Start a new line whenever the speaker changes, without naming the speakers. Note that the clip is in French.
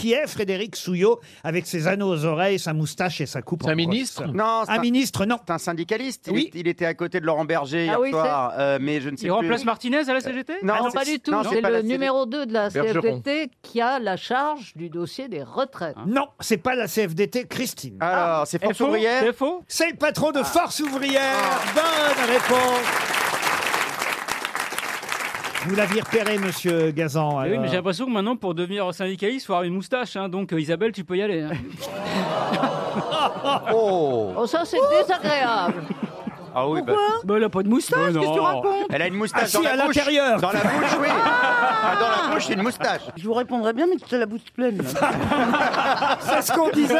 qui est Frédéric Souillot avec ses anneaux aux oreilles, sa moustache et sa coupe
C'est un
en brosse
ministre
Non, c'est
un ministre, non.
C'est un syndicaliste. Il,
Oui.
est- il était à côté de Laurent Berger hier
Ah oui,
soir, euh, mais je ne sais
Il
plus.
remplace Martinez à la CGT
Non,
Ah non,
c'est-
pas du tout.
non,
C'est
pas
le
la CGT.
numéro 2 de la
Bergeron.
CFDT qui a la charge du dossier des retraites.
Hein
Non, c'est pas la CFDT, Christine.
Alors, c'est Force
FO,
ouvrière.
FO
C'est le patron de Force Ouvrière. Bonne réponse. Vous l'aviez repéré, monsieur Gazan.
Ah Oui, mais
alors.
j'ai l'impression que maintenant, pour devenir syndicaliste, il faut avoir une moustache. hein. Donc, euh, Isabelle, tu peux y aller. hein.
Oh.
Oh, ça, c'est désagréable.
Ah oui, bah,
bah, elle a pas de moustache, qu'est-ce que tu racontes
elle a une moustache
Ah si,
dans la
à
bouche.
l'intérieur.
Dans la bouche, oui. Ah, dans la bouche, c'est une moustache.
Je vous répondrais bien, mais tu as la bouche pleine.
C'est ce qu'on disait.